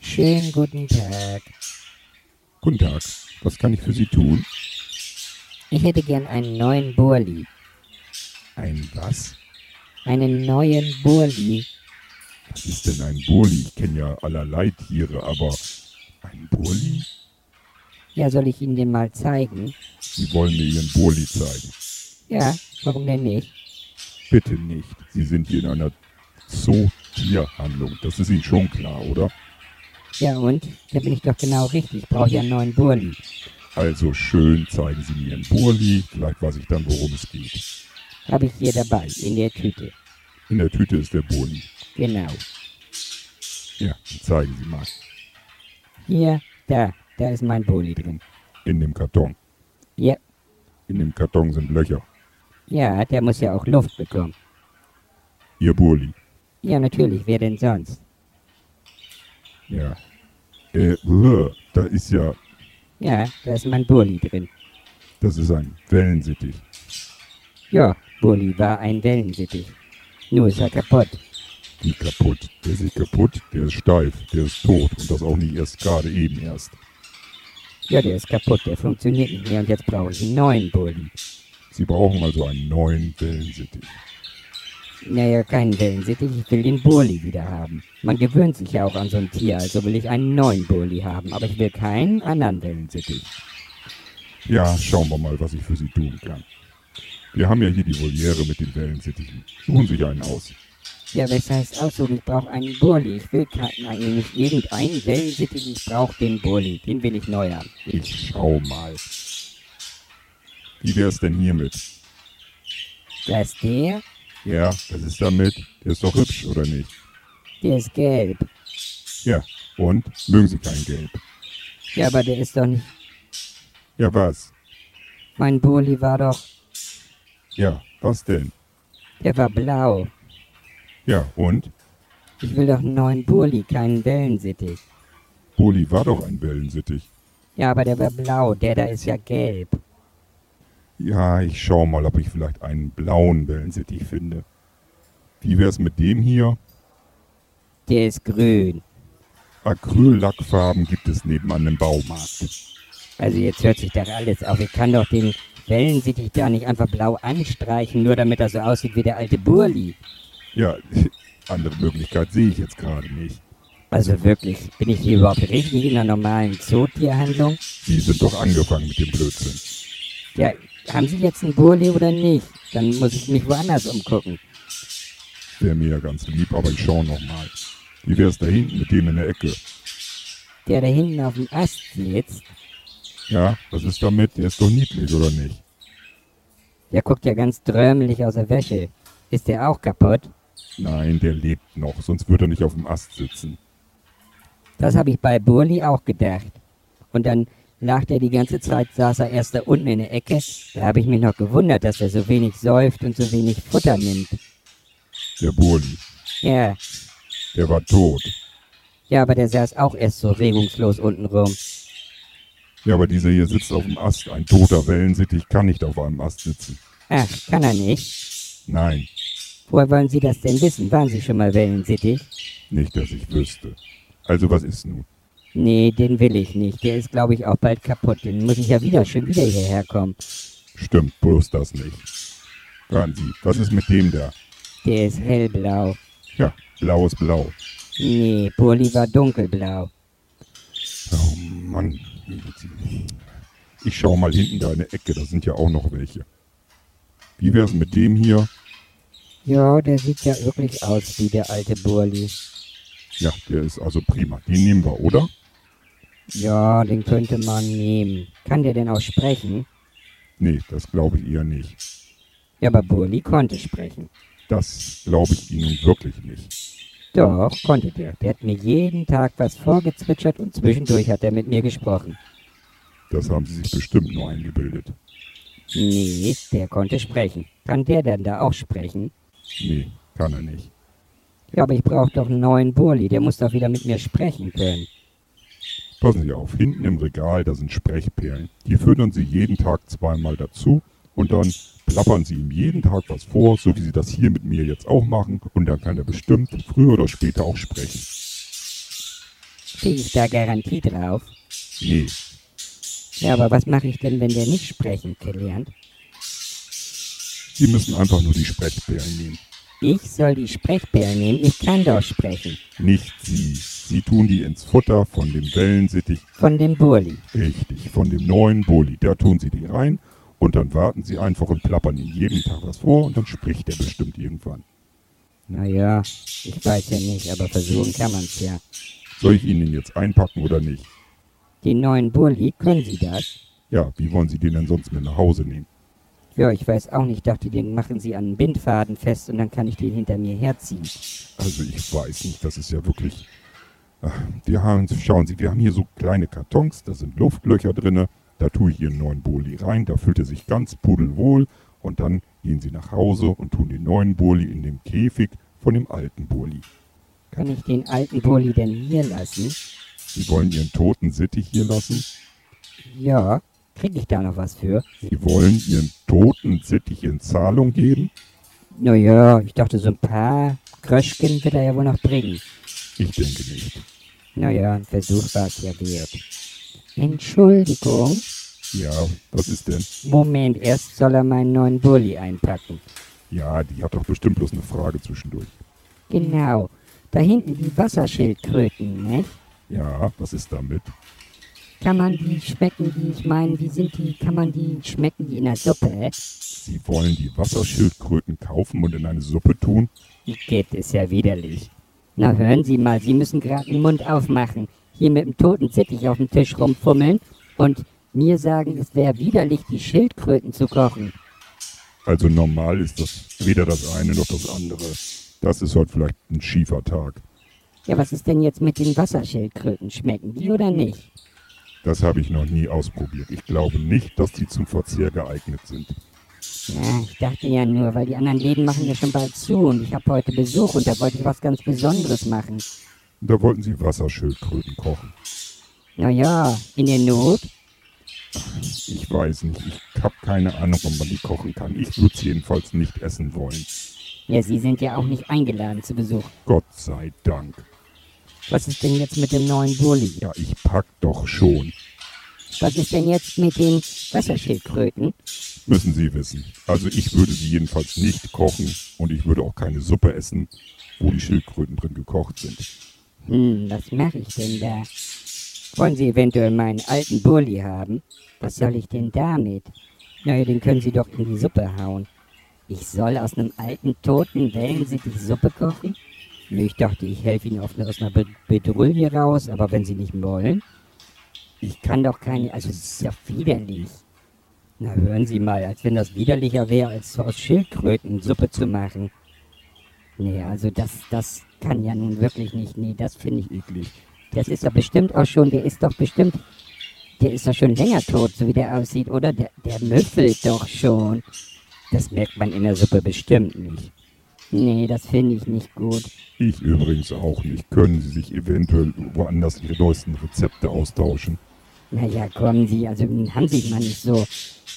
Schönen guten Tag. Guten Tag, was kann ich für Sie tun? Ich hätte gern einen neuen Burli. Ein was? Einen neuen Burli. Was ist denn ein Burli? Ich kenne ja allerlei Tiere, aber ein Burli? Ja, soll ich Ihnen den mal zeigen? Sie wollen mir Ihren Burli zeigen. Ja, warum denn nicht? Bitte nicht. Sie sind hier in einer Zootierhandlung. Das ist Ihnen schon klar, oder? Ja, und? Da bin ich doch genau richtig. Ich brauche ja einen neuen Burli. Also schön zeigen Sie mir Ihren Burli. Vielleicht weiß ich dann, worum es geht. Habe ich hier dabei, in der Tüte. In der Tüte ist der Burli. Genau. Ja, zeigen Sie mal. Hier, da, da ist mein Burli drin. In dem Karton. Ja, In dem Karton sind Löcher. ja, der muss ja auch Luft bekommen. Ihr Burli. Ja, natürlich, wer denn sonst? Ja. Äh, uah, da ist ja, Ja, da ist mein Burli drin. das ist ein Wellensittich. Ja, Burli war ein Wellensittich. Nur ist er kaputt. Wie kaputt? Der ist nicht kaputt, der ist steif, der ist tot und das auch nicht erst gerade eben erst. Ja, der ist kaputt, der funktioniert nicht mehr und jetzt brauche ich einen neuen Bulli. Sie brauchen also einen neuen Wellensittich. Naja, keinen Wellensittich, ich will den Bulli wieder haben. Man gewöhnt sich ja auch an so ein Tier, also will ich einen neuen Bulli haben, aber ich will keinen anderen Wellensittich. Ja, schauen wir mal, was ich für Sie tun kann. Wir haben ja hier die Voliere mit den Wellensittichen. Suchen Sie sich einen aus. Ja, was heißt aussuchen, ich brauche einen Bulli, ich will keinen, nein, nicht irgendeinen Wellensittich, ich brauche den Bulli, den will ich neu haben. Ich schau mal. Wie wär's denn hiermit? Da ist der, Ja, das ist damit. Der ist doch hübsch, oder nicht? der ist gelb. Ja, und? Mögen Sie kein Gelb? Ja, aber der ist doch nicht, Ja, was? mein Bulli war doch, Ja, was denn? der war blau. Ja, und? Ich will doch einen neuen Bulli, keinen Wellensittich. Bulli war doch ein Wellensittich. Ja, aber der war blau, der da ist ja gelb. Ja, ich schau mal, ob ich vielleicht einen blauen Wellensittich finde. Wie wär's mit dem hier? Der ist grün. Acryllackfarben gibt es nebenan im Baumarkt. Also jetzt hört sich das alles auf. Ich kann doch den Wellensittich da nicht einfach blau anstreichen, nur damit er so aussieht wie der alte Burli. Ja, andere Möglichkeit sehe ich jetzt gerade nicht. Also wirklich, bin ich hier überhaupt richtig in einer normalen Zootierhandlung? Sie sind doch angefangen mit dem Blödsinn. Ja, haben Sie jetzt einen Burli oder nicht? Dann muss ich mich woanders umgucken. Wäre mir ja ganz lieb, aber ich schau noch mal. Wie wär's da hinten mit dem in der Ecke? Der da hinten auf dem Ast sitzt, Ja, was ist damit? Der ist doch niedlich, oder nicht? der guckt ja ganz drömelig aus der Wäsche. Ist der auch kaputt? Nein, der lebt noch, sonst würde er nicht auf dem Ast sitzen. Das habe ich bei Burli auch gedacht. Und dann lag der die ganze Zeit, saß er erst da unten in der Ecke. Da habe ich mich noch gewundert, dass er so wenig säuft und so wenig Futter nimmt. Der Burli, Ja, der war tot. ja, aber der saß auch erst so regungslos unten rum. Ja, aber dieser hier sitzt auf dem Ast. Ein toter Wellensittich kann nicht auf einem Ast sitzen. Ach, kann er nicht. Nein, Woher wollen Sie das denn wissen? Waren Sie schon mal wellensittich? nicht, dass ich wüsste. Also was ist nun? Nee, den will ich nicht. Der ist, glaube ich, auch bald kaputt. Den muss ich ja wieder, schon wieder hierher kommen. Stimmt bloß das nicht. Warten Sie, was ist mit dem da? Der ist hellblau. Ja, blau ist blau. Nee, Burli war dunkelblau. Oh Mann. Ich schau mal hinten da in der Ecke, da sind ja auch noch welche. Wie wär's mit dem hier? Ja, der sieht ja wirklich aus wie der alte Burli. Ja, der ist also prima. Den nehmen wir, oder? Ja, den könnte man nehmen. Kann der denn auch sprechen? Nee, das glaube ich eher nicht. Ja, aber Burli konnte sprechen. Das glaube ich Ihnen wirklich nicht. Doch, konnte der. Der hat mir jeden Tag was vorgezwitschert und zwischendurch hat er mit mir gesprochen. Das haben Sie sich bestimmt nur eingebildet. Nee, der konnte sprechen. Kann der denn da auch sprechen? Nee, kann er nicht. Ja, aber ich brauche doch einen neuen Burli. Der muss doch wieder mit mir sprechen können. Passen Sie auf, hinten im Regal, da sind Sprechperlen. Die füttern Sie jeden Tag zweimal dazu und dann plappern Sie ihm jeden Tag was vor, so wie Sie das hier mit mir jetzt auch machen. Und dann kann er bestimmt früher oder später auch sprechen. Kriege ich da Garantie drauf? Nee, Ja, aber was mache ich denn, wenn der nicht sprechen lernt? Sie müssen einfach nur die Sprechbären nehmen. Ich soll die Sprechbälle nehmen, ich kann doch sprechen. Nicht Sie. Sie tun die ins Futter von dem Wellensittich, Von dem Burli. richtig, von dem neuen Bulli. Da tun Sie die rein und dann warten Sie einfach und plappern ihm jeden Tag was vor und dann spricht er bestimmt irgendwann. Naja, ich weiß ja nicht, aber versuchen kann man's ja. Soll ich Ihnen jetzt einpacken oder nicht? Den neuen Burli, können Sie das? Ja, wie wollen Sie den denn sonst mit nach Hause nehmen? Ja, ich weiß auch nicht, dachte, den machen Sie an einen Bindfaden fest und dann kann ich den hinter mir herziehen. Also ich weiß nicht, das ist ja wirklich... Ach, Wir haben, schauen Sie, wir haben hier so kleine Kartons, da sind Luftlöcher drinne. Da tue ich Ihren neuen Boli rein, da fühlt er sich ganz pudelwohl. Und dann gehen Sie nach Hause und tun den neuen Boli in dem Käfig von dem alten Boli. Kann ich den alten Burli denn hier lassen? Sie wollen Ihren toten Sittich hier lassen? Ja, kriege ich da noch was für? Sie wollen Ihren toten Sittich in Zahlung geben? Naja, ich dachte, so ein paar Kröschken wird er ja wohl noch bringen. Ich denke nicht. Naja, ein Versuch war es ja wert. Entschuldigung, Ja, was ist denn? Moment, erst soll er meinen neuen Bulli einpacken. Ja, die hat doch bestimmt bloß eine Frage zwischendurch. Genau, da hinten die Wasserschildkröten, ne? Ja, was ist damit? Kann man die schmecken, die ich meine, wie sind die, kann man die schmecken, die in der Suppe? Sie wollen die Wasserschildkröten kaufen und in eine Suppe tun? Die geht ist ja widerlich. Na hören Sie mal, Sie müssen gerade den Mund aufmachen, hier mit dem toten Zittich auf dem Tisch rumfummeln und mir sagen, es wäre widerlich, die Schildkröten zu kochen. Also normal ist das weder das eine noch das andere. Das ist heute vielleicht ein schiefer Tag. Ja, was ist denn jetzt mit den Wasserschildkröten? Schmecken die oder nicht? Das habe ich noch nie ausprobiert. Ich glaube nicht, dass die zum Verzehr geeignet sind. Ja, ich dachte ja nur, weil die anderen Läden machen ja schon bald zu und ich habe heute Besuch und da wollte ich was ganz Besonderes machen. Da wollten sie Wasserschildkröten kochen. Naja, in der Not? Ich weiß nicht, ich habe keine Ahnung, ob man die kochen kann. Ich würde es jedenfalls nicht essen wollen. Ja, Sie sind ja auch nicht eingeladen zu Besuch. Gott sei Dank. Was ist denn jetzt mit dem neuen Bulli? Ja, ich pack doch schon. Was ist denn jetzt mit den Wasserschildkröten? Müssen Sie wissen. Also ich würde sie jedenfalls nicht kochen und ich würde auch keine Suppe essen, wo die Schildkröten drin gekocht sind. Hm, was mache ich denn da? Wollen Sie eventuell meinen alten Bulli haben? Was soll ich denn damit? Naja, den können Sie doch in die Suppe hauen. Ich soll aus einem alten, toten Wellensittich Suppe kochen? Nö, Ich dachte, ich helfe Ihnen oft aus einer Be- Bedrulle raus, aber wenn Sie nicht wollen, ich kann doch keine, also es ist ja widerlich. Na hören Sie mal, als wenn das widerlicher wäre, als aus Schildkröten Suppe zu machen. Nee, also das, das kann ja nun wirklich nicht. Nee, das finde ich eklig. Das ist doch bestimmt auch schon, der ist doch bestimmt, der ist doch schon länger tot, so wie der aussieht, oder? Der, der müffelt doch schon. Das merkt man in der Suppe bestimmt nicht. Nee, das finde ich nicht gut. Ich übrigens auch nicht. Können Sie sich eventuell woanders Ihre neuesten Rezepte austauschen? Naja, kommen Sie, also hm, haben Sie mal nicht so.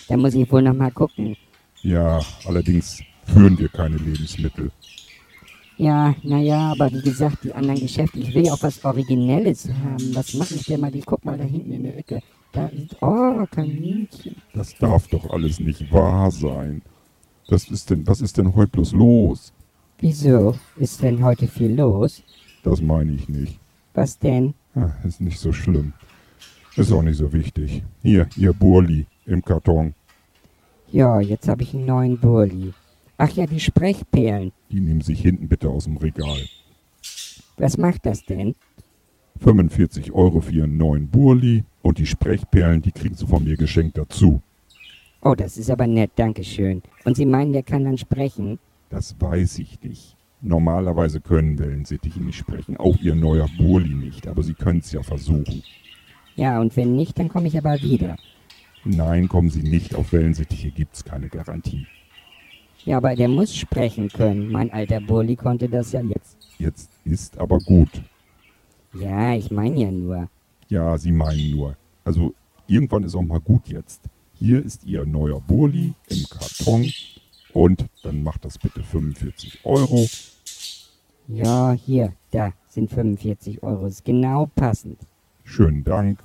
Da muss ich wohl nochmal gucken. Ja, allerdings führen wir keine Lebensmittel. Ja, naja, aber wie gesagt, die anderen Geschäfte, ich will ja auch was Originelles haben. Was mache ich denn mal? Ich guck mal da hinten in der Ecke. Da ist, oh, Kaninchen. Das darf doch alles nicht wahr sein. Das ist denn, was ist denn heute bloß los? Wieso? Ist denn heute viel los? Das meine ich nicht. Was denn? Ah, Ist nicht so schlimm. Ist auch nicht so wichtig. Hier, Ihr Burli im Karton. Ja, jetzt habe ich einen neuen Burli. Ach ja, die Sprechperlen. Die nehmen sich hinten bitte aus dem Regal. Was macht das denn? 45 Euro für ihren neuen Burli und die Sprechperlen, die kriegen sie von mir geschenkt dazu. Oh, das ist aber nett, danke schön. Und Sie meinen, der kann dann sprechen? Das weiß ich nicht. Normalerweise können Wellensittiche nicht sprechen, auch ihr neuer Burli nicht, aber sie können es ja versuchen. Ja, und wenn nicht, dann komme ich aber wieder. Nein, kommen Sie nicht auf Wellensittiche, gibt's keine Garantie. Ja, aber der muss sprechen können. Mein alter Burli konnte das ja jetzt. Jetzt ist aber gut. Ja, ich meine ja nur. Ja, Sie meinen nur. Also irgendwann ist auch mal gut jetzt. Hier ist Ihr neuer Burli im Karton und dann macht das bitte 45 Euro. Ja, hier, da, sind 45 Euro ist genau passend. Schönen Dank.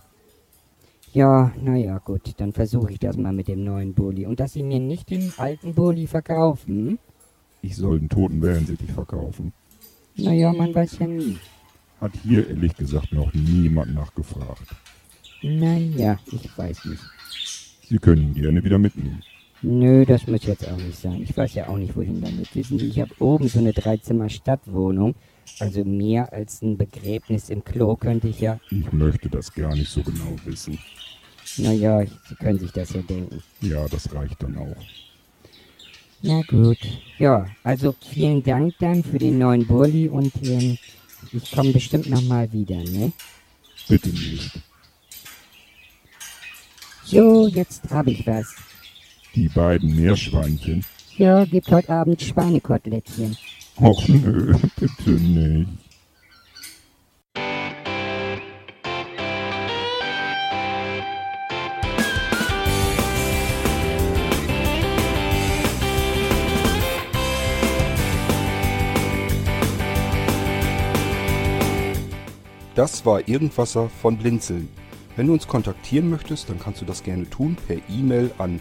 Ja, naja, gut, dann versuche ich das mal mit dem neuen Bulli. Und dass sie mir nicht den alten Bulli verkaufen? Ich soll den toten Wellensittich verkaufen. Naja, man weiß ja nie. Hat hier ehrlich gesagt noch niemand nachgefragt. Naja, ich weiß nicht. Sie können ihn gerne wieder mitnehmen. Nö, das muss jetzt auch nicht sein. Ich weiß ja auch nicht, wohin damit. Wissen Sie, ich habe oben so eine Dreizimmer-Stadtwohnung. Also mehr als ein Begräbnis im Klo könnte ich ja... Ich möchte das gar nicht so genau wissen. Naja, ich- Sie können sich das ja denken. Ja, das reicht dann auch. Na gut. Ja, also vielen Dank dann für den neuen Bulli und ähm, ich komme bestimmt nochmal wieder, ne? Bitte nicht. Jo, jetzt habe ich was. Die beiden Meerschweinchen. Jo, gibt heute Abend Schweinekotelettchen. Och nö, bitte nicht. Das war Irgendwasser von Blinzeln. Wenn du uns kontaktieren möchtest, dann kannst du das gerne tun per E-Mail an